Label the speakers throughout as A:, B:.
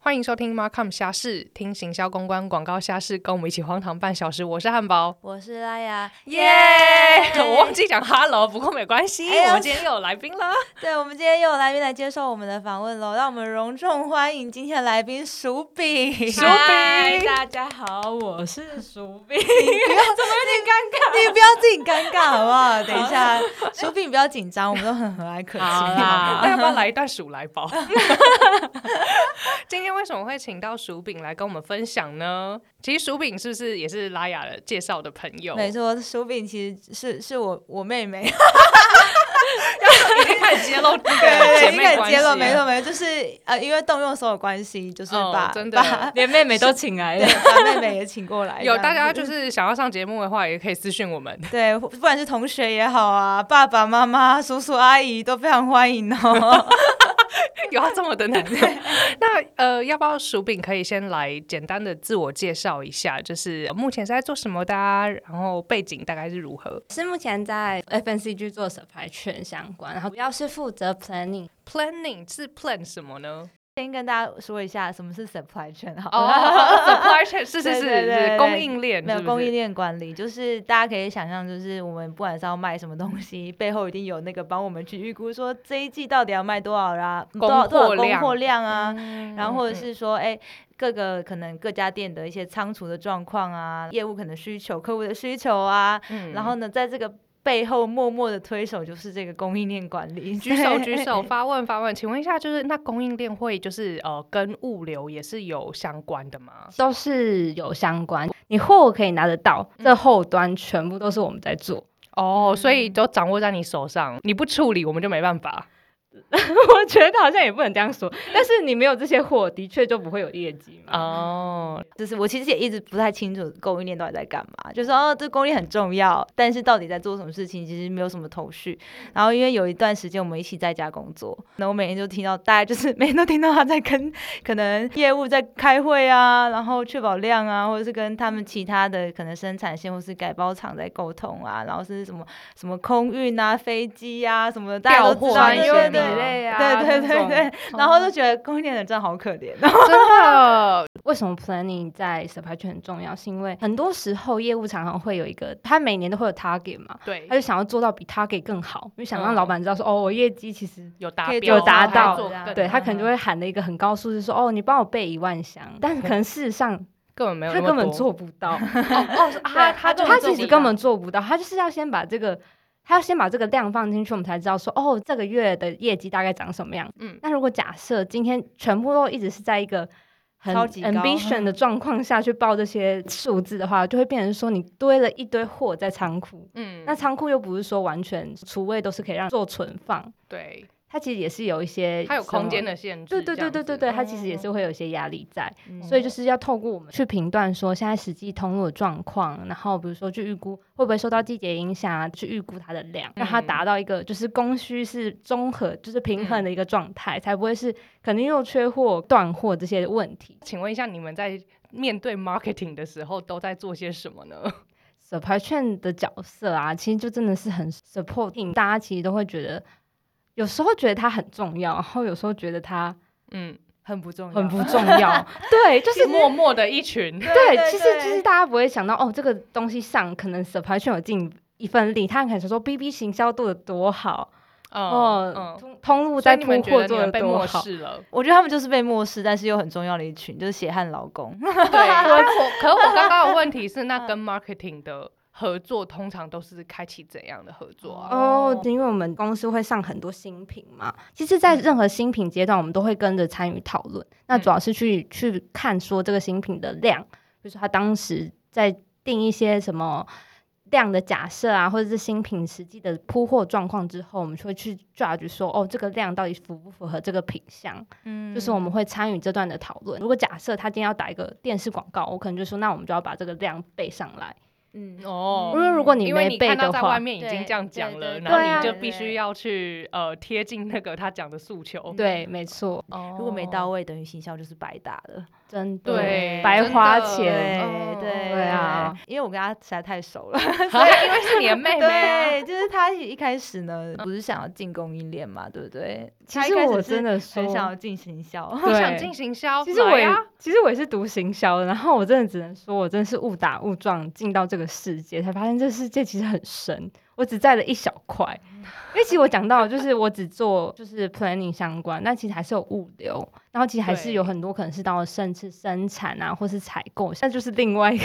A: 欢迎收听 Markham 侠士，听行销公关广告侠士，跟我们一起荒唐半小时。我是汉堡，
B: 我是拉雅，
A: 耶！ 我忘记讲 Hello，不过没关系，
B: 哎呀
A: 我们今天又有来宾了。
B: 对，我们今天又有来宾来接受我们的访问喽，让我们隆重欢迎今天的来宾薯饼。
A: 薯饼
C: 嗨大家好，我是薯饼。
B: 你不要自己尴尬好不 好？等一下，薯饼不要紧张，我们都很和蔼可
C: 好
B: 亲。
C: 啦
A: 那要不要来一段数来宝？ 今天为什么会请到薯饼来跟我们分享呢？其实薯饼是不是也是拉雅的介绍的朋友？
B: 没错，薯饼其实是是我我妹妹，
A: 已经开始揭露那个
B: 对，
A: 姐
B: 应
A: 妹
B: 该
A: 关系
B: 揭
A: 了，
B: 露，没错没错，就是呃，因为动用所有关系，就是
A: 哦
B: 把
A: 真的
B: 把
C: 连妹妹都请来
B: 对
C: 了，
B: 把妹妹也请 过来，
A: 有
B: 这样
A: 大家
B: 子
A: 就是想要上节目的话，也可以私讯我们。
B: 对，不管是同学也好啊，爸爸妈妈、叔叔阿姨都非常欢迎哦。
A: 有要这么的难吗？那呃，要不要薯饼可以先来简单的自我介绍一下，就是目前是在做什么的、啊，然后背景大概是如何
C: 是目前在 FNCG 做 supply chain 相关，然后主要是负责 planning。
A: ？Planning 是 plan 什么呢？
B: 先跟大家说一下什么是 supply chain 好
A: 哦
B: 了。
A: ，supply chain 是是
B: 对
A: 是
B: 对对
A: 是
B: 对
A: 供应链，
B: 没有
A: 是不是
B: 供应链管理，就是大家可以想象，就是我们不管是要卖什么东西， 背后一定有那个帮我们去预估说这一季到底要卖多少啦，嗯多少多少
A: 供货量
B: 供货量啊，
A: 嗯
B: 然后或者
A: 嗯
B: 是说，哎、各个可能各家店的一些仓储的状况啊，业务可能需求、客户的需求啊，
A: 嗯
B: 然后呢，在这个背后默默的推手就是这个供应链管理。
A: 举手举
B: 对
A: 手，发问发问，请问一下，就是那供应链会就是呃跟物流也是有相关的吗？
C: 都是有相关，你货可以拿得到，这后端全部都是我们在做。
A: 哦，所以都掌握在你手上，你不处理我们就没办法。
C: 我觉得好像也不能这样说，但是你没有这些货，的确就不会有业绩嘛。
A: 哦，
B: 就是我其实也一直不太清楚供应链到底在干嘛，就说哦，这供应链很重要，但是到底在做什么事情，其实没有什么头绪。然后因为有一段时间我们一起在家工作，那我每天就听到，大概就是每天都听到他在跟可能业务在开会啊，然后确保量啊，或者是跟他们其他的可能生产线或是改包厂在沟通啊，然后是什么什么空运啊、飞机啊什么的，大家
A: 调
B: 都知
A: 货
B: 道，
A: 啊
C: 专
B: 对
C: 业
B: 对
C: 米
B: 对。
C: 类啊，
B: 对对
C: 那
B: 对
C: 种
B: 对，然后就觉得供应链的人真的好可怜哦。
A: 真的，
C: 为什么 planning 在 supply chain 很重要？是因为很多时候业务常常会有一个，他每年都会有 target 嘛，
A: 对
C: 他，就想要做到比 target 更好，因为想让
A: 嗯
C: 老板知道说，哦，我业绩其实
A: 有达
B: 可以
A: 标
C: 有达到
A: 做更
C: 对
B: 嗯
C: 他可能就会喊了一个很高数字说，哦，你帮我备一万箱，但是可能事实上
A: 根本没有
C: 他
A: 那么
C: 根本
A: 多
C: 做不到，
A: 哦，是啊
B: 对
A: 他
B: 他根
C: 他
B: 本
C: 其实根本做不到，他就是要先把这个。他要先把这个量放进去，我们才知道说，哦，这个月的业绩大概长什么样。
A: 嗯
C: 嗯，那如果假设今天全部都一直是在一个很
B: 超级高
C: ambition 的状况下去报这些数字的话，就会变成说你堆了一堆货在仓库，
A: 嗯，
C: 那仓库又不是说完全储位都是可以让做存放，
A: 对，
C: 它其实也是有一些
A: 它有空间
C: 的。
A: 的限制，
C: 对对对对对对，它其实也
A: 哦，
C: 是会有一些压力在，
B: 嗯
C: 所以就是要透过我们去评断说现在实际通路的状况，然后比如说去预估会不会受到季节影响啊，去预估它的量，让它
A: 嗯
C: 达到一个就是供需是综合就是平衡的一个状态，才不会是肯定又缺货断货这些问题。
A: 请问一下，你们在面对 marketing 的时候都在做些什么呢？
C: supply chain 的角色啊，其实就真的是很 supporting，大家其实都会觉得，有时候觉得它很重要，然后有时候觉得它
A: 嗯，
B: 很不重要，
C: 很不重 要， 对，就是
A: 默默的一群，
C: 对，其实就是大家不会想到哦，这个东西上可能 supply chain 有尽一份力，他可能想说 B B 行销做的多好， 哦，
A: 哦，嗯
C: 通通路
A: 所以
C: 在
A: 你
C: 铺
A: 们觉
C: 货
A: 得你
C: 做
A: 们
C: 的
A: 被
C: 多
A: 漠
C: 好。
A: 视了，
B: 我觉得他们就是被漠视，但是又很重要的一群，就是血汗劳 工。
A: 对。但啊我可我刚刚的问题是，那跟 marketing 的合作通常都是开启怎样的合作啊？
C: 哦，因为我们公司会上很多新品嘛，其实，
A: 嗯
C: 在任何新品阶段，我们都会跟着参与讨论。那主要是去去看说这个新品的量，比如说他当时在定一些什么量的假设啊，或者是新品实际的铺货状况之后，我们就会去 judge 说，哦，这个量到底符不符合这个品相？
B: 嗯
C: 就是我们会参与这段的讨论。如果假设他今天要打一个电视广告，我可能就说，那我们就要把这个量背上来。
B: 嗯，
A: 哦
C: 因为如果你
A: 因为
C: 没
A: 你
C: 背
A: 看到
C: 的
A: 在外
C: 话，
A: 面已
B: 对
A: 经这样讲
B: 对
A: 了，
B: 对啊
A: 然后
C: 对
A: 你就
B: 对
A: 必须要去呃贴近那个他讲的诉求。
C: 对，没错，
A: 哦
B: 如果没 到，位，等于行销就是白打的。
C: 真的
A: 对，
C: 白
A: 真
C: 花
A: 的
C: 钱
A: 嗯
B: 对对
C: 对啊，
B: 因为我跟他实在太熟了。
A: 因为是你的妹妹啊，
B: 对，嗯就是他一开始呢，不是想要进供应链嘛，对不对？
C: 其
B: 他一
C: 实
B: 开始
C: 我
B: 是
C: 真的
B: 很
C: 说
B: 想要进行销。
A: 不想
C: 对
A: 进行销，
C: 其实我
A: 来
C: 也
A: 啊，
C: 其实我也是读行销的，然后我真的只能说，我真的是误打误撞进到这个世界，才发现这世界其实很深，我只在了一小块。因为其实我讲到，就是我只做就是 planning 相关，那其实还是有物流，然后其实还是有
A: 对
C: 很多可能是到了甚至生产啊，或是采购，那就是另外一个。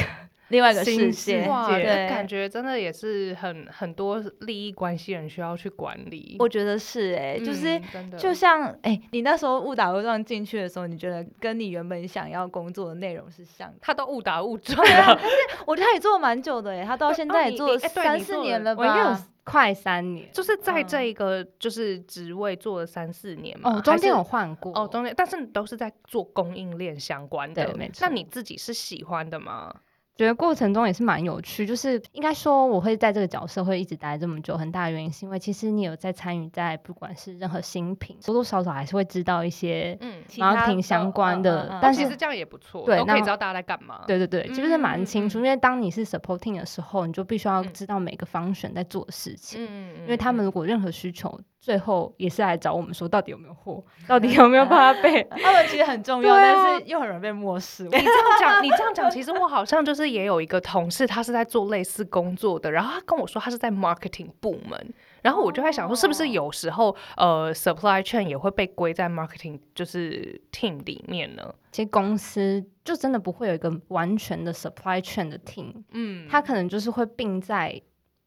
B: 另外一个世
C: 新世
B: 界，
C: 界
A: 哇，这
B: 对，
A: 感觉真的也是很很多利益关系人需要去管理。
B: 我觉得是哎、就是
A: 嗯。真的
B: 就像哎、你那时候误打误撞进去的时候，你觉得跟你原本想要工作的内容是像的？
A: 他都误打误撞了，
B: 啊我觉得他也做了蛮久的哎、他到
A: 对
B: 现
A: 哦
B: 在也
A: 你
B: 做了
A: 你哎对
B: 三
A: 你
B: 四
A: 做
B: 年
A: 了
B: 了
C: 我应该有
B: 吧？
C: 快三年
A: 就是在
B: 嗯
A: 这一个就是职位做了三四年嘛，
C: 哦，中
A: 还是
C: 间有换过
A: 哦，中间，但是你都是在做供应链相关的，
C: 对没
A: 那
C: 错
A: 你自己是喜欢的吗？
C: 觉得过程中也是蛮有趣，就是应该说我会在这个角色会一直待这么久，很大的原因是因为其实你有在参与在不管是任何新品，多多少少还是会知道一些
A: 嗯，
B: 其他
C: marketing
B: 的
C: 相关
B: 嗯
C: 的
B: 嗯嗯。
C: 但
A: 其
C: 是
A: 实这样也不错，
C: 对
A: 都可
C: 那
A: 以知道大家在干嘛。
C: 对对对，就是蛮清
A: 嗯嗯
C: 楚，
A: 嗯
C: 因为当你是 supporting 的时候，你就必须要
A: 嗯
C: 知道每个方选在做的事情。
A: 嗯，嗯
C: 因为他们如果任何需求，最后也是来找我们说，到底有没有 货，到底有没有办法备
B: 他们其实很重要，
C: 对啊
B: 但是又很容易被漠视。
A: 你这样讲，你这样讲，其实我好像就是也有一个同事，他是在做类似工作的，然后他跟我说他是在 marketing 部门，然后我就在想说，是不
C: 哦
A: 是有时候呃 supply chain 也会被归在 marketing 就是 team 里面呢？
C: 其实公司就真的不会有一个完全的 supply chain 的 team，
A: 嗯，
C: 它可能就是会并在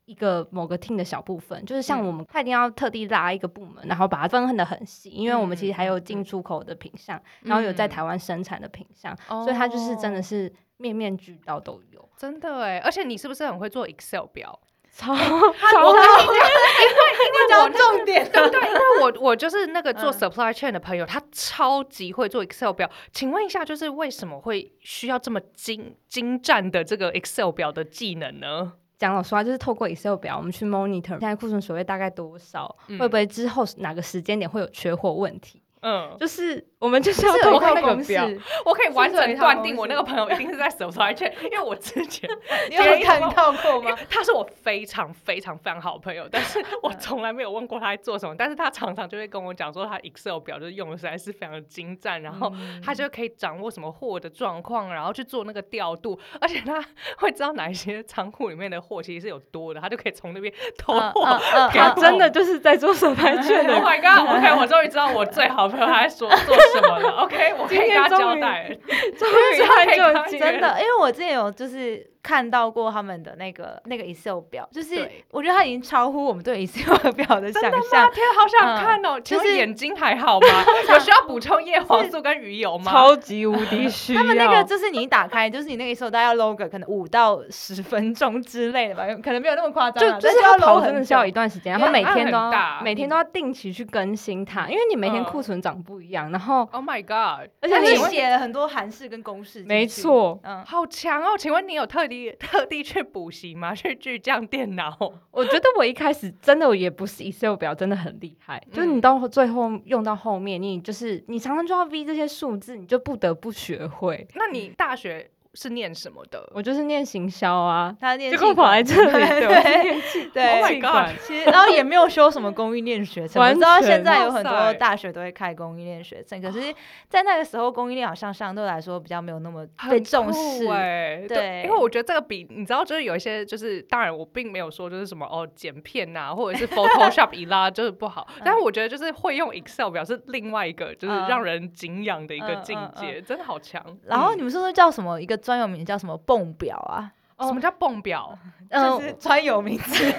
C: 一个某个 team 的小部分，就是像
A: 嗯
C: 我们，它一定要特地拉一个部门，然后把它分得很细，因为我们其实还有
A: 嗯
C: 进出口的品项，然后有在台湾生产的品项，所以它就是真的
A: 哦
C: 是面面俱到都有。
A: 真的哎，而且你是不是很会做 Excel 表？
C: 超
B: 我
C: 超
B: 跟你讲，因为你讲重点
A: 对对，因为我我就是那个做
B: 嗯
A: supply chain 的朋友，他超级会做 Excel 表。请问一下，就是为什么会需要这么精精湛的这个 Excel 表的技能呢？
C: 讲老实话，就是透过 Excel 表，我们去 monitor 现在库存所谓大概多少，
A: 嗯
C: 会不会之后哪个时间点会有缺货问题，
A: 嗯，
C: 就是我们就是要
B: 是
C: 透
B: 有
C: 过
B: 一套
C: 那个
B: 公式，
C: 表。
A: 我可以完
B: 是不是有
A: 整
B: 一套公式
A: 断定，我那个朋友一定是在 supply chain，因为我之前
B: 你有看到过
A: 因为
B: 吗？
A: 他是我非常非常非常好的朋友，但是我从来没有问过他在做什么，但是他常常就会跟我讲说，他 Excel 表就是用的实在是非常精湛，然后
C: 嗯
A: 他
B: 嗯
A: 就可以掌握什么货的状况，然后去做那个调度，而且他 会知道哪一些仓库里面的货其实是有多的，他就可以从那边偷
B: 嗯
A: 货。
B: 嗯
A: 给他
B: 嗯嗯
C: 真的就是在做 supply chain 的
A: Oh my god！OK，、我终于知道我最好的朋友他在说做什么了。OK，我可以跟他交代了。
C: 终于
A: 他可以
C: 就
A: 看
C: 近
B: 真的，因为我之前有就是看到过他们的那个那个 Excel 表，就是
A: 对
B: 我觉得它已经超乎我们对 Excel 表的想象。
A: 天，好想看哦！其
B: 嗯就
A: 实
B: 是
A: 眼睛还好 吗？有需要补充叶黄素跟鱼油吗？
C: 超级无敌 需要。
B: 他们那个就是你一打开，就是你那个 Excel 大概要 logo 可能五到十分钟之类的吧， 可能没有那么夸张啊，
C: 就就是
B: 但
C: 他
B: 要 logo
C: 跑真的是要一段时间，然后
A: 因为
C: 每天都
A: 它很大
C: 要每天都要定期去更新它，因为你每天
A: 嗯
C: 库存长不一样，然后
A: Oh my god！
C: 而且
B: 而且
C: 你
B: 你写了很多韩式跟公式，
C: 没，错，
B: 嗯，
A: 好强哦！请问你有特地特地去补习吗？去巨匠电脑？
C: 我觉得我一开始真的也不是 Excel 表真的很厉害，就是
A: 嗯
C: 你到最后用到后面，你就是你常常就要 V 这些数字，你就不得不学会。
A: 那你大学是念什么的？
C: 我就是念行销啊，
B: 他念
C: 结果
B: 气
C: 跑
B: 管
C: 来这里，对，我是
B: 对
C: 念气
A: ，Oh
B: 对
A: my
C: 气管
A: god，
B: 其 实，然后也没有修什么供应链学程，我
C: 完
B: 知道
C: 全
B: 现在有很
A: 哇
B: 多
A: 塞
B: 大学都会开供应链学程，可是，在那个时候，供应链好像相对来说比较没有那么被重视。
A: 哎、
B: 对
A: 因为我觉得这个比你知道，就是有一些就是，当然我并没有说就是什么哦剪片呐、或 者是 Photoshop 一拉就是不好，但是我觉得就是会用 Excel 表是另外一个就是
B: 嗯
A: 让人敬仰的一个
B: 嗯
A: 境
B: 嗯
A: 界，真的好强。
B: 然后
A: 嗯
B: 你们是不是叫什么一个专有名叫什么泵表啊？
C: 哦
A: 什么叫泵 表？
C: 嗯，
B: 就是专有名词。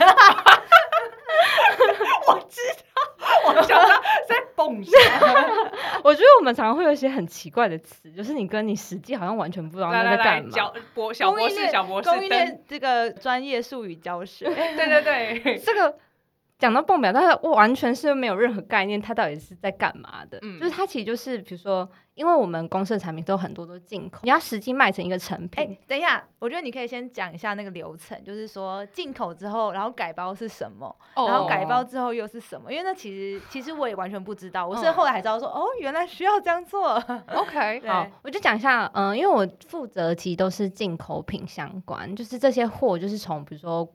A: 我想到在蹦上，
C: 我觉得我们常常会有一些很奇怪的词，就是你跟你实际好像完全不知道
A: 来
C: 那
A: 来
C: 在
A: 来
C: 干，嘛。
A: 小博小博
B: 供应
A: 士
B: 链
A: 小博士
B: 供应
A: 登，
B: 链这个专业术语教学，
A: 对对对，
C: 这个讲到泵表，但是我完全是没有任何概念，它到底是在干嘛的。
A: 嗯
C: 就是它其实就是，比如说，因为我们公司的产品都很多都进口，你要实际卖成一个成
B: 哎、
C: 品，
B: 等一下，我觉得你可以先讲一下那个流程，就是说进口之后，然后改包是什么，
A: 哦
B: 然后改包之后又是什么？因为那其实其实我也完全不知道，我是
A: 嗯
B: 后来才知道说，哦，原来需要这样做。
A: 哦 OK，
B: 对
C: 好，我就讲一下，嗯、因为我负责其实都是进口品相关，就是这些货就是从比如说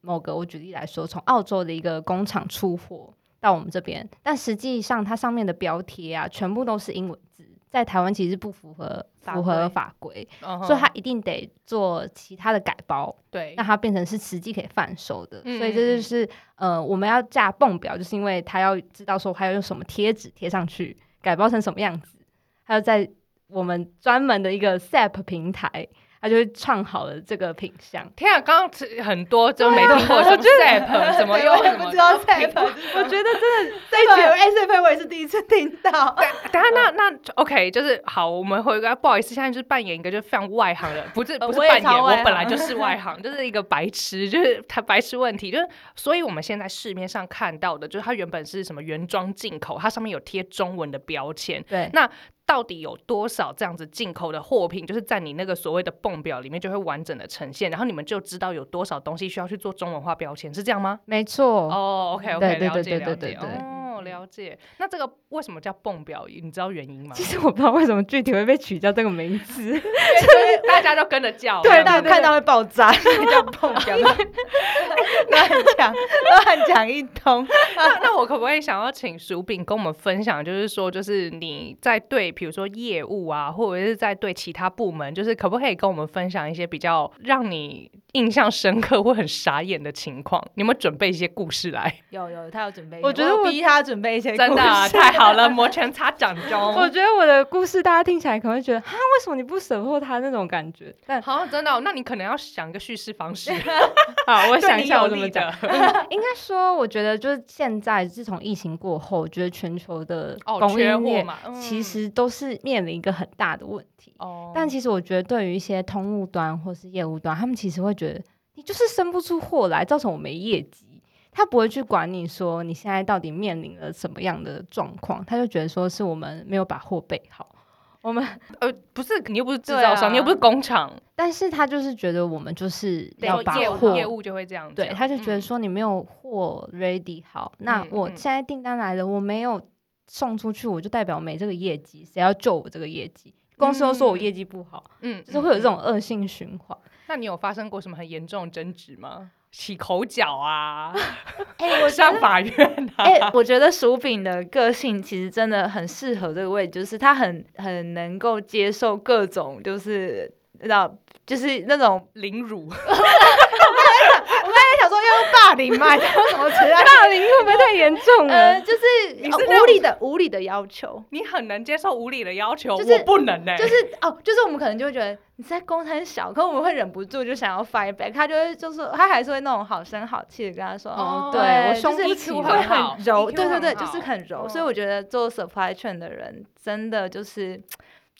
C: 某个，我举例来说，从澳洲的一个工厂出货到我们这边，但实际上它上面的标贴啊，全部都是英文字，在台湾其实不符合
B: 法
C: 符合
B: 规
C: 法规，所
A: 所
C: 以它一定得做其他的改包，
A: 嗯对
C: 让它变成是实际可以贩售的。
A: 嗯
C: 所以这就是呃，我们要架泵表，就是因为它要知道说它要用什么贴纸贴上去，改包成什么样子，还有在我们专门的一个 SAP 平台，它就会创好了这个品相。
A: 天啊，刚刚吃很多就没听过 什么 SAP 什么
B: 啊对
A: 又
B: 我也
A: 什
B: 不
A: 么
B: 知道
A: 的
B: SAP，
C: 我觉得真的
B: 这一集有 S P 我也是第一次听到。
A: 等一下，那那 OK，就是好，我们回归，不好意思，现在就是扮演一个就是非常外行的，不是
B: 呃
A: 不是
B: 我也
A: 扮演，
B: 超
A: 我
B: 外行
A: 本来就是外行，就是一个白痴，就是他白痴问题，就是所以我们现在市面上看到的，就是它原本是什么原装进口，它上面有贴中文的标签，
C: 对
A: 那到底有多少这样子进口的货品，就是在你那个所谓的泵表里面就会完整的呈现，然后你们就知道有多少东西需要去做中文化标签，是这样吗？
C: 没错。
A: 哦，OK
C: 对
A: OK，
C: 对
A: 了
C: 对
A: 解
C: 对
A: 了
C: 对
A: 解，
C: 对
A: 哦，了解。那这个为什么叫泵表？你知道原因吗
C: 其？实我不知道为什么具体会被取叫这个名字，
A: 大家都跟着叫，
B: 对，
A: 这
B: 大
A: 样
B: 家
A: 子
B: 看到会爆炸，这样碰掉， 乱讲乱讲一通。
A: 那那我可不可以想要请薯饼跟我们分享，就是说，就是你在对比如说业务啊，或者是在对其他部门，就是可不可以跟我们分享一些比较让你印象深刻或很傻眼的情况？你有没有准备一些故事来？
B: 有有，他有准备一些，
C: 我觉得
B: 有
C: 我
B: 逼他准备一些，
A: 真的、啊、太好 了，摩拳擦掌中。
C: 我觉得我的故事大家听起来可能会觉得，哈，为什么你不舍破他那种感觉？但
A: 好，真的哦、那你可能要想一个叙事方式，
C: 好，我
A: 对
C: 想一
A: 你
C: 下
A: 有
C: 我怎
A: 利
C: 么讲。
A: 的。
C: 应该说，我觉得就是现在，自从疫情过后，我觉得全球的
A: 哦，
C: 供
A: 缺
C: 应
A: 货
C: 链
A: 嘛，嗯
C: 其实都是面临一个很大的问题。
A: 哦，
C: 但其实我觉得，对于一些通路端或是业务端，他们其实会觉得你就是生不出货来，造成我没业绩。他不会去管你说你现在到底面临了什么样的状况，他就觉得说是我们没有把货备好，我们
A: 呃，不是，你又不是制
B: 对
A: 造商，
B: 啊
A: 你又不是工厂，
C: 但是他就是觉得我们就是
A: 对
C: 要把
A: 业
C: 货
A: 务业务就会这样讲。
C: 对，他就觉得
A: 嗯
C: 说你没有货 ready 好，那
A: 嗯
C: 我
A: 嗯
C: 现在订单来了，我没有送出去，我就代表没这个业绩，谁要救我这个业绩？公司都说我业绩不好，
A: 嗯，
C: 就是会有这
A: 种。
C: 种恶性循环。
A: 那你有发生过什么很严重的争执吗？起口角啊，
B: 哎、我
A: 上法院啊？
B: 哎、我觉得薯饼的个性其实真的很适合这个位置，就是他很很能够接受各种，就是那就是那种，
A: 凌辱，
B: 我刚才想说要用霸凌嘛，还是用什么
A: 嗯
B: 词啊？
C: 霸凌会不会太严重
B: 呃，
C: 了？
B: 就是
A: 你是
B: 呃
A: 那种
B: 无理的无理的要求，
A: 你很能接受无理的要求，
B: 就是
A: 我不能呢、欸
B: 就是哦，就是我们可能就会觉得你在公很小，可我们会忍不住就想要 fight back，他就会就说他还是会那种好声好气的跟他说，
A: 哦
B: 对
C: 我
B: 就
C: 凶
B: 是
C: 不起
A: EQ 很
B: 会
C: 来。
A: 好
B: 很柔，
A: EQ
B: 对对对，
A: 很好
B: 就是很柔。
A: 嗯
B: 所以我觉得做 supply chain 的人真的就是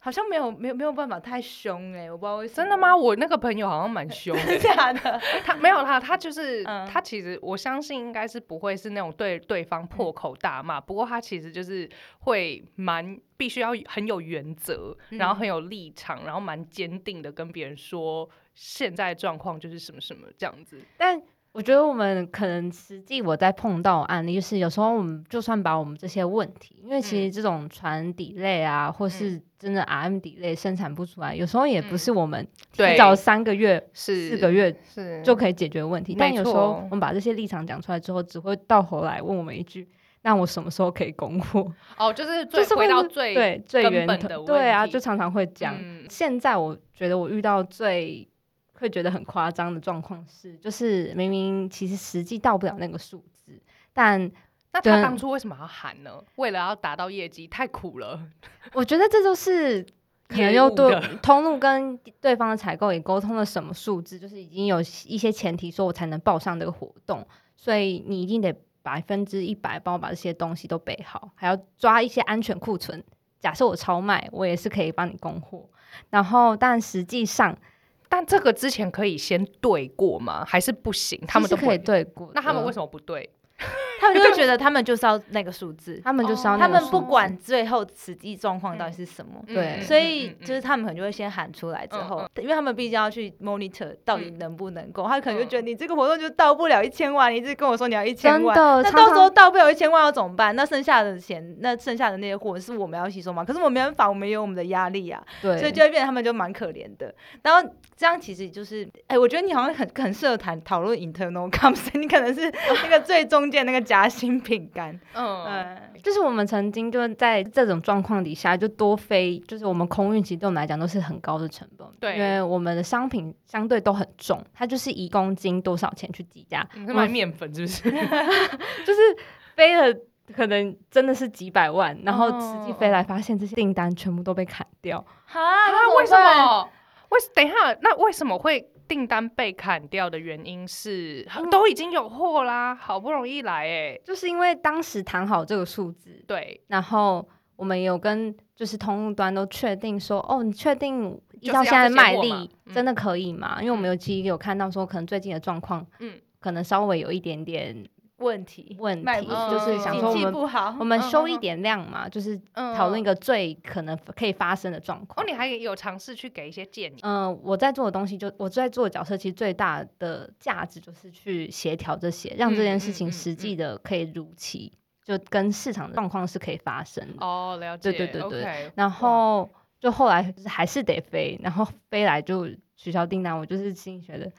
B: 好像没有没有没有办法太凶哎、我不知道为什么。
A: 真的？ 吗？我那个朋友好像蛮凶的，
B: 假的？
C: 嗯
A: 他没有啦，他就是、
B: 嗯
A: 他，其实我相信应该是不会是那种对对方破
C: 嗯
A: 口大骂，不过他其实就是会蛮必须要很有原则，然后
B: 嗯
A: 很有立场，然后蛮坚定的跟别人说现在状况就是什么什么这样子。
C: 但我觉得我们可能实际我在碰到的案例，就是有时候我们就算把我们这些问题，因为其
A: 嗯
C: 实这种传底类啊，或是真的 RM 底类生产不出来，有时候也不是我们
A: 嗯对
C: 提早三个月、
A: 是
C: 四个月
A: 是
C: 就可以解决问题。但
A: 没
C: 有时
A: 错
C: 候我们把这些立场讲出来之后，只会到头来问我们一句：“那我什么时候可以供货
A: 哦，就是？”最
C: 就是
A: 回
C: 会
A: 到
C: 是
A: 最
C: 对最
A: 根
C: 源
A: 本
C: 头
A: 的问
C: 对啊，
A: 题
C: 就常常会讲。
A: 嗯
C: 现在我觉得我遇到最会觉得很夸张的状况是，就是明明其实实际到不了那个数字，但
A: 那他
C: 对
A: 当初为什么要喊呢？为了要达到业绩，太苦了。
C: 我觉得这就是可能
A: 业
C: 又
A: 务
C: 对
A: 的
C: 通路跟对方的采购也沟通了什么数字，就是已经有一些前提，说我才能报上这个活动，所以你一定得百分之一百帮我把这些东西都备好，还要抓一些安全库存。假设我超卖，我也是可以帮你供货，然后但实际上
A: 但这个之前可以先对过吗？还是不行？他们
C: 其
A: 都
C: 实可以
A: 不
C: 对过的，
A: 那他们为什么不对？
B: 他们就 会觉得他们就是要那个数字，
C: 他们就
A: 哦
C: 烧那
B: 他
C: 个
B: 们
C: 数字，
B: 不管最后实际状况到底是什么。
A: 嗯
C: 对
B: 所以就是
A: 他
B: 他们可能就会先喊出来之
A: 嗯
B: 后，因为他们毕竟要去 monitor 到底
A: 嗯
B: 能不能够，他可能就
A: 嗯
B: 觉得你这个活动就到不了一千万，你一直跟我说你要一千
C: 真
B: 万，
C: 的，
B: 那
C: 常
B: 到时候
C: 常
B: 到不了一千万要怎么办？那剩下的钱，那剩下的那些货是我们要吸收嘛？可是我们没办法，我们也有我们的压力啊，
C: 对，
B: 所以就会变得他们就蛮可怜的。然后这样其实就是，哎、我觉得你好像很很适合谈讨论 internal comms，你可 能是那个最中间那个夹心饼干。
A: 嗯
B: 嗯，
C: 就是我们曾经就是在这种状况底下，就多飞，就是我们空运其实对我们来讲都是很高的成本，
A: 对
C: 因为我们的商品相对都很重，它就是一公斤多少钱去计价，
A: 你是买面粉是不是？
C: 就是飞了。可能真的是几百万，然后实际飞来发现这些订单全部都被砍掉，
A: 啊
B: 啊
A: 为什？么？为等一下，那为什么会订单被砍掉的原因是都已经有货啦，好不容易来哎，
C: 就是因为当时谈好这个数字，
A: 对，
C: 然后我们有跟就是通路端都确定说，哦，你确定依
A: 就
C: 照
A: 是要
C: 现在
A: 这些
C: 卖
A: 货嘛
C: 力
A: 嗯
C: 真的可以吗？因为我们有其实有看到说，可能最近的状况，
A: 嗯
C: 嗯，可能稍微有一点点，
B: 问题
C: 问题
B: 卖不出
A: 就是
B: 去
A: 想
C: 说我
B: 景气
C: 们
B: 不好，
C: 我们
A: 嗯
C: 收
A: 嗯
C: 一点量嘛，就是
A: 嗯
C: 讨论一
A: 个
C: 个最可能可以发生的状
A: 哦，
C: 况
A: 你。还有尝试去给一些建议，
C: 嗯、我在做的东西就我在做的角色，其实最大的价值就是去协调这些，让这件
A: 嗯
C: 事
A: 嗯嗯
C: 情
A: 嗯
C: 实际的可以如期，就跟市场的状况是可以发生的。
A: 哦，了解，
C: 嗯对对对对啊
A: OK，
C: 然
A: 哇
C: 后就后来就是还是得飞，然后飞来就取消订单。我就是心里觉得，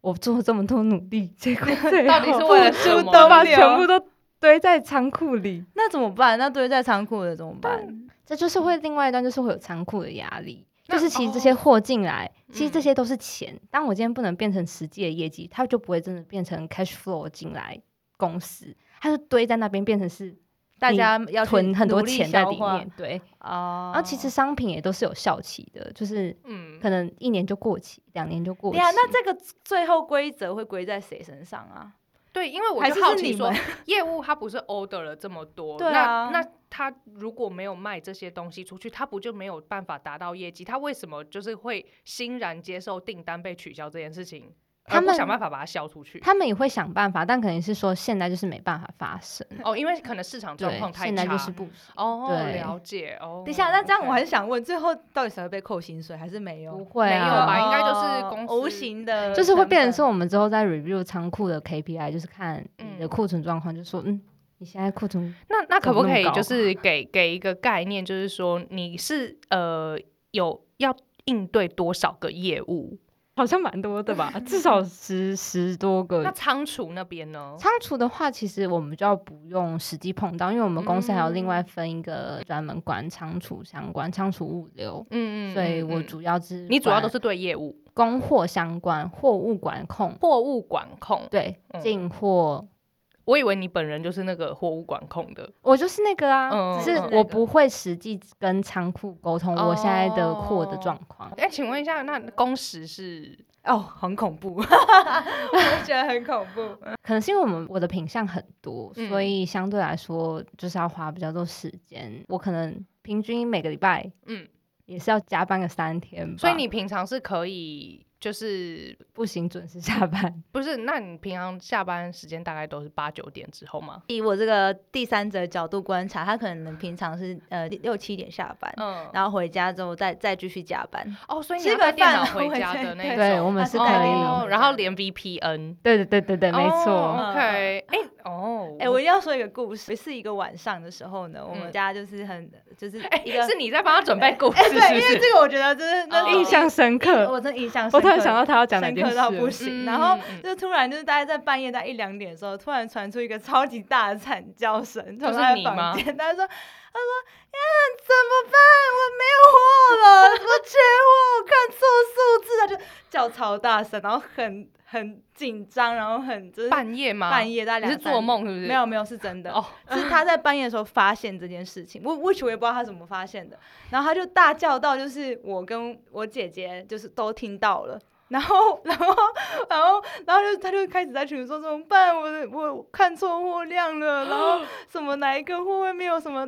C: 我做这么多努力，结 果最
A: 到底是
C: 后
A: 为了
C: 付
A: 什
C: 诸
A: 么
C: 都把
B: 理由
C: 全部都堆在仓库里。
B: 那怎么办？那堆在仓库的怎么办？
C: 这就是会另外一段，就是会有仓库的压力。
A: 那
C: 就是其实
A: 哦
C: 这些货进来，其实
A: 嗯
C: 这些都是钱。当我今天不能变成实际的业绩，它就不会真的变成 cash flow 进来公司，它就堆在那边变成是
B: 大家要去
C: 囤很多
B: 努力
C: 钱在
B: 消
C: 里
B: 化
C: 面。对，
B: 哦
C: 然后其实商品也都是有效期的，就是
A: 嗯，
C: 可能一年就过期，两年就过期。
B: 对啊，那这个最后规则会归在谁身上啊？
A: 对，因为我
B: 还
A: 就是好
B: 是
A: 奇
B: 你
A: 说
B: 们，
A: 业务它不是 order 了这么多，
B: 对啊
A: 那那他如果没有卖这些东西出去，他不就没有办法达到业绩？他为什么就是会欣然接受订单被取消这件事情，
C: 他
A: 而不
C: 们
A: 想办法把它消出去？
C: 他们也会想办法，但可能是说现在就是没办法发生，
A: 哦，因为可能市场状
C: 对
A: 况，太
C: 现在
A: 差。
C: 就是不行。
A: 哦，
C: 对
A: 了解哦。
B: 等一下，那这样我还
A: OK
B: 是想问，最后到底谁会被扣薪水，还是没有？
C: 不会
A: 没有吧
C: 啊，
A: 应该就是公司
B: 哦无形的，
C: 就是会变成说，我们之后在 review 仓库的 KPI，就是看你的库存状况，就说嗯，你现在库存
A: 那那可
C: 怎么
A: 不
C: 那
A: 可
C: 么
A: 以
C: 高
A: 就是给给一个概念，就是说你是呃有要应对多少个业务？
C: 好像蛮多的吧，至少十十多
A: 那
C: 个。
A: 仓储那边呢？
C: 仓储的话，其实我们就要不用实际碰到，因为我们公司还有
A: 嗯
C: 另外分一个专门管仓储相关、仓储物流，
A: 嗯
C: 所以我
A: 嗯
C: 主要是
A: 你主要都
C: 管
A: 是对业务、
C: 供货相关、货物管控，
A: 货物管控。
C: 对
A: 嗯
C: 进货，
A: 我以为你本人就是那个货物管控的，
C: 我就是那个啊，
A: 嗯
C: 只是
B: 嗯嗯
C: 我不会实际跟仓库沟通
A: 哦
C: 我现在的货的状况。
A: 哎、请问一下，那工时是
B: 哦，很恐 怖，我觉得很恐怖。
C: 可能是因为我们我的品相很多，
A: 嗯
C: 所以相对来说就是要花比较多时间。我可能平均每个礼拜
A: 嗯，
C: 也是要加班个三天吧，
A: 所以你平常是可以就是
C: 不行准时下班。
A: 不是？那你平常下班时间大概都是八九点之后吗？
B: 以我这个第三者角度观察，他可能平常是呃六七点下班，
A: 嗯，
B: 然后回家之后再再继续加班。
A: 哦，所以你
B: 吃
A: 要带
B: 个
A: 电
B: 饭
A: 脑
B: 然后
A: 回
B: 回
A: 家
B: 家
A: 的那种，
B: 对
C: 对我们
B: 是
C: 是
B: 带
C: 可
B: 电脑
C: 以，
A: 哦，然后连 VPN，
C: 对对对对对，没错。
A: 哦 OK，哎、哦，
B: 哎、我一定要说一个故事。是一个晚上的时候呢，我
A: 嗯
B: 们家就是很就是
A: 哎、
B: 一个，
A: 是你在帮他准备故事，
B: 哎、
A: 是
B: 对，
A: 不
B: 因为
A: 是？
B: 这个我觉得真是那
A: 哦
B: 是
C: 印象深刻，
B: 我真的印象深刻。
C: 我突然想到他要讲哪
B: 深
C: 件
B: 刻到不
C: 事，
A: 嗯
B: 行，然后
A: 嗯嗯
B: 就突然就是大概在半夜在一两点的时候，突然传出一个超级大的惨叫声，从
A: 是
B: 他
A: 你
B: 的
A: 吗
B: 房间，他说：“他说呀，怎么办？我没有货了，我缺货，我看错数字。”他就叫超大声，然后很很紧张，然后很就是
A: 半夜吗？
B: 半夜大概
A: 你是
B: 两三
A: 做梦是不是？
B: 点。没有没有是真的
A: 哦，
B: 是他在半夜的时候发现这件事情，我 which 我也不知道他怎么发现的，然后他就大叫到，就是我跟我姐姐就是都听到了。然后，然后，然后，然后就他就开始在群里说怎么办？我的我看错货量了，然后什么哪一个货位没有什么，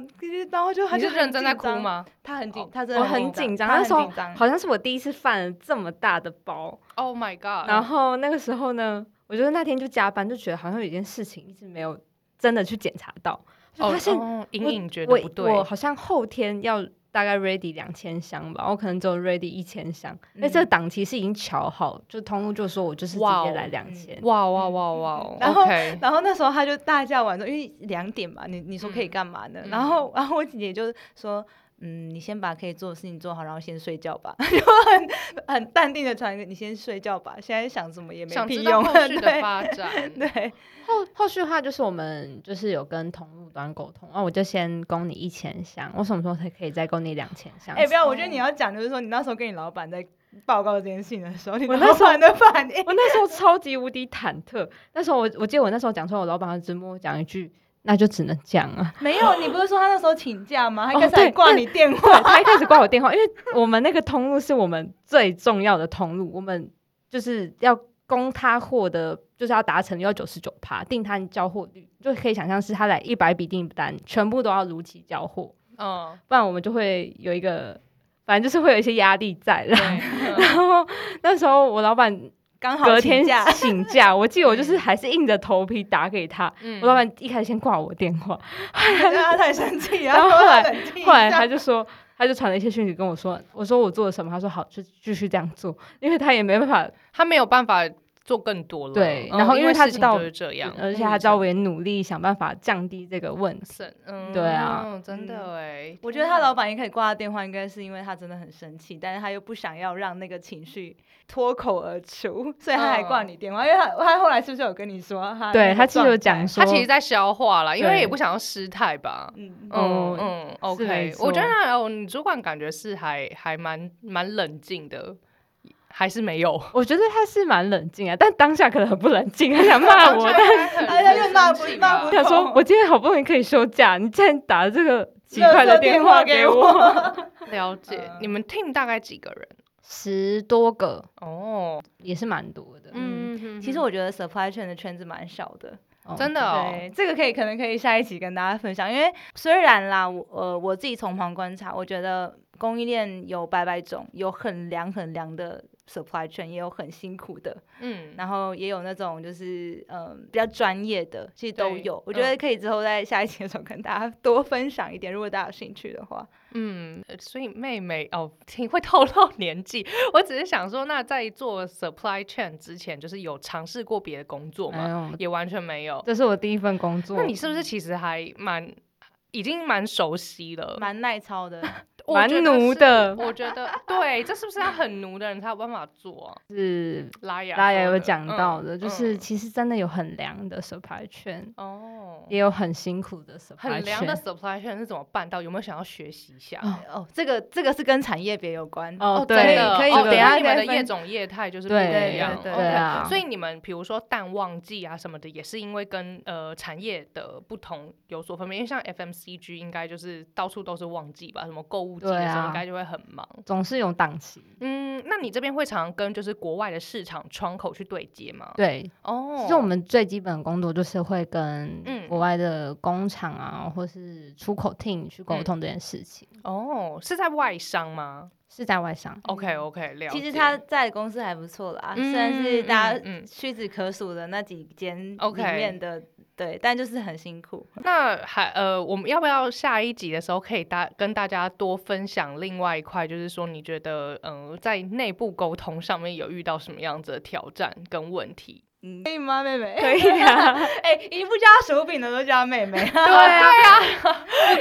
B: 然后就他
A: 你
B: 就是很
A: 认真在
B: 紧
A: 哭
B: 张？
A: 吗？
B: 他很紧
A: 哦，
B: 他真的
C: 我很紧张。
B: 他
C: 那
B: 很
C: 时候
B: 紧张。
C: 好像是我第一次犯了这么大的包，
A: Oh my god！
C: 然后那个时候呢，我觉得那天就加班，就觉得好像有一件事情一直没有真的去检查到，就发现
A: 哦隐
C: 我
A: 隐觉得
C: 我
A: 不对，
C: 我好像后天要大概 ready 两千箱吧，我可能只有 ready 一千箱。那、
A: 哎
B: 嗯
C: 这个档期是已经瞧好，就通路就说我就是直
A: 嗯哇
C: 接
A: 哦
C: 来两千、
A: 哇哇哇哇哦
B: 然后
A: OK
B: 然后那时候他就大叫完之后，因为两点嘛，你你说可以干嘛呢？
A: 嗯
B: 然后 然后我姐姐就说。嗯，你先把可以做的事情做好，然后先睡觉吧， 就很很淡定的传一个，你先睡觉吧。现在想什么也 没
A: 想
B: 屁
A: 知道
B: 用，
A: 后续的
B: 对
A: 发展，
B: 对，
C: 后后续的话就是我们就是有跟通路端沟通，啊，我就先供你一千箱，我什么时候才可以再供你两千箱？
B: 哎、不要，我觉得你要讲就是说，你那时候跟你老板在报告这件事情的时候，你
C: 我
B: 老
C: 那时候
B: 板的反应，
C: 我那时候超级无敌忐忑。那时候我我记得我那时候讲出来，我老板他只默讲一句，那就只能讲啊。
B: 没有，你不是说他那时候请假吗？他
C: 哦
B: 刚才
C: 对
B: 挂
C: 那
B: 你电
C: 对
B: 话，
C: 他一开始挂我电话，因为我们那个通路是我们最重要的通路，我们就是要供他货的，就是要达成要九十九趴订单交货率，就可以想象是他来一百笔订单，全部都要如期交货，
A: 嗯，
C: 不然我们就会有一个，反正就是会有一些压力在
A: 对嗯
C: 啦。，然后 那时候我老板
B: 刚好
C: 隔
B: 请
C: 天
B: 假
C: 请假，我记得我就是
A: 嗯
C: 还是硬着头皮打给他，
A: 嗯
C: 我老板一开始先挂我电 话，
B: 他他太生气，
C: 然后
B: 他
C: 后来
B: 冷静一
C: 后来
B: 下
C: 他就说，他就传了一些讯息跟我说，我说我做了什么，他说好，就继续这样做，因为他也没办法，
A: 他没有办法做更多了，
C: 对
A: 嗯
C: 然后
A: 因
C: 因为他
A: 事
C: 知
A: 情
C: 道
A: 就是这样，嗯
C: 而且他知道我也努力想办法降低这个问题。
A: 省，嗯，
C: 对啊，
A: 真的哎，
B: 我觉得他老板也可以挂他电话，应该是因为他真的很生气，但是他又不想要让那个情绪脱口而出，所以他还挂你电话。因为他他后来是不是有跟你说他？
C: 对他其实有讲，说，
A: 嗯他其实在消化啦，因为
C: 对
A: 也不想要失态吧。
B: 嗯，
A: 嗯
C: 哦
A: 嗯
C: 是没
A: ，OK，
C: 错
A: 我觉得那哦，你主管感觉是还还蛮蛮冷静的，还是没有？
C: 我觉得他是蛮冷静啊，但当下可能很不冷静，他想骂 我，但
B: 哎呀又骂不骂不
C: 他说我今天好不容易可以休假，你竟然打了这个奇怪
B: 垃
C: 的
B: 圾
C: 电
B: 电
C: 话
B: 话
C: 给
B: 给
C: 我，
A: 了解
B: 嗯。
A: 你们 team 大概几个人？
C: 十多个
A: 哦，
C: 也是蛮多的，嗯，
A: 嗯，
B: 其实我觉得 supply chain 的圈子蛮小的，
C: 哦
A: 真的哦，
B: 对，这个可以可能可以下一期跟大家分享，因为虽然啦，我呃我自己从旁观察，我觉得供应链有百百种，有很凉很凉的 supply chain，也有很辛苦的，
A: 嗯，
B: 然后也有那种就是嗯、呃比较专业的，其实都
A: 对
B: 有。我觉得可以之后在下一期的时候跟大家多分享一点，如果大家有兴趣的话。
A: 嗯，呃所以妹妹哦，挺会透露 年纪。我只是想说，那在做 supply chain 之前，就是有尝试过别的工作
C: 哎
A: 吗？
C: 呦
A: 也完全没有。
C: 这是我第一份工作。
A: 哦那你是不是其实还蛮已经蛮熟悉了？
B: 蛮耐操的，
A: 我
C: 蛮
A: 觉得
C: 奴
A: 是
C: 的
A: 我觉得对，这是不是要很奴的人才有办法做、啊？
C: 是
A: 拉雅，
C: 大家有讲到的，
A: 嗯
C: 就是
A: 嗯
C: 其实真的有很凉的 supply 圈，
A: 哦，
C: 也有很辛苦的 supply
A: 很凉的
C: 圈。
A: supply chain 是怎么办到？有没有想要学习一下？
C: 哦
B: 哦，这个这个是跟产业别有关，
C: 哦，
A: 真
C: 对，
A: 的
B: 可以
A: 哦因
B: 可以等
A: 为
B: 一下
A: 你们
B: 再
A: 的业
B: 分
A: 种业态就是不
C: 对
A: 一样，
B: 对对
A: OK，
B: 对
C: 啊
A: 所以你们比如说淡旺季啊什么的，也是因为跟呃产业的不同有所分别。因为像 FMCG 应该就是到处都是旺季吧，什么购物季
C: 对
A: 的
C: 啊
A: 时候应该就会很忙。
C: 总是有档期。
A: 嗯，那你这边会常跟就是国外的市场窗口去对接吗？
C: 对，
A: 哦，
C: 其实我们最基本的工作就是会跟
A: 嗯
C: 国外的工厂啊，或是出口 team 去
A: 嗯
C: 沟通这件事情，
A: 哦是在外商吗
C: 是在外商。
A: ？OK OK，了解。
B: 其实他在的公司还不错啦，
A: 嗯
B: 虽然是大家
A: 嗯嗯
B: 屈指可数的那几间里
A: OK
B: 面的对，但就是很辛苦。
A: 那还呃，我们要不要下一集的时候可以大跟大家多分享另外一块，就是说你觉得嗯、呃在内部沟通上面有遇到什么样子的挑战跟问 题？
B: 嗯，可以吗，妹妹？
C: 可以啊，
B: 哎、一不叫她手柄的都叫她妹妹。
A: 对啊， 因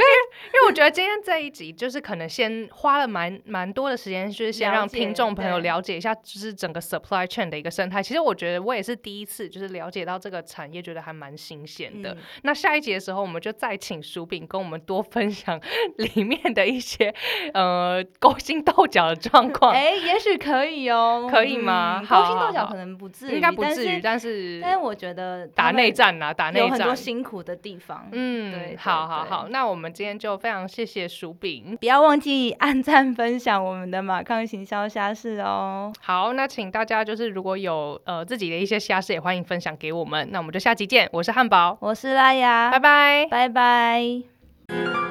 A: 为我觉得今天这一集就是可能先花了蛮蛮多的时间，就是先让
B: 了解
A: 听众朋友
B: 对
A: 了解一下，就是整个 supply chain 的一个生态。其实我觉得我也是第一次就是了解到这个产业，觉得还蛮新鲜的。
B: 嗯
A: 那下一集的时候，我们就再请薯饼跟我们多分享 里面的一些呃勾心斗角的 状 况，
B: 哎、也许可以哦，
A: 可以吗
B: 嗯
A: 好
B: 勾心斗
A: 好
B: 角
A: 好
B: 可能不至于，
A: 应该不至于，
B: 但
A: 但
B: 是
A: 是
B: 但是我觉得
A: 打
B: 他们
A: 内战呐、打
B: 有
A: 内
B: 很多
A: 战。
B: 辛苦的地方。对
A: 嗯
B: 对，
A: 好好
B: 对
A: 好，那我们今天就非常谢谢薯饼。
B: 不要忘记按赞、分享我们的马康行销虾事哦。
A: 好，那请大家就是如果有呃自己的一些瞎事，也欢迎分享给我们。那我们就下期见，我是汉堡，
B: 我是拉雅，
A: 拜拜。
B: 拜拜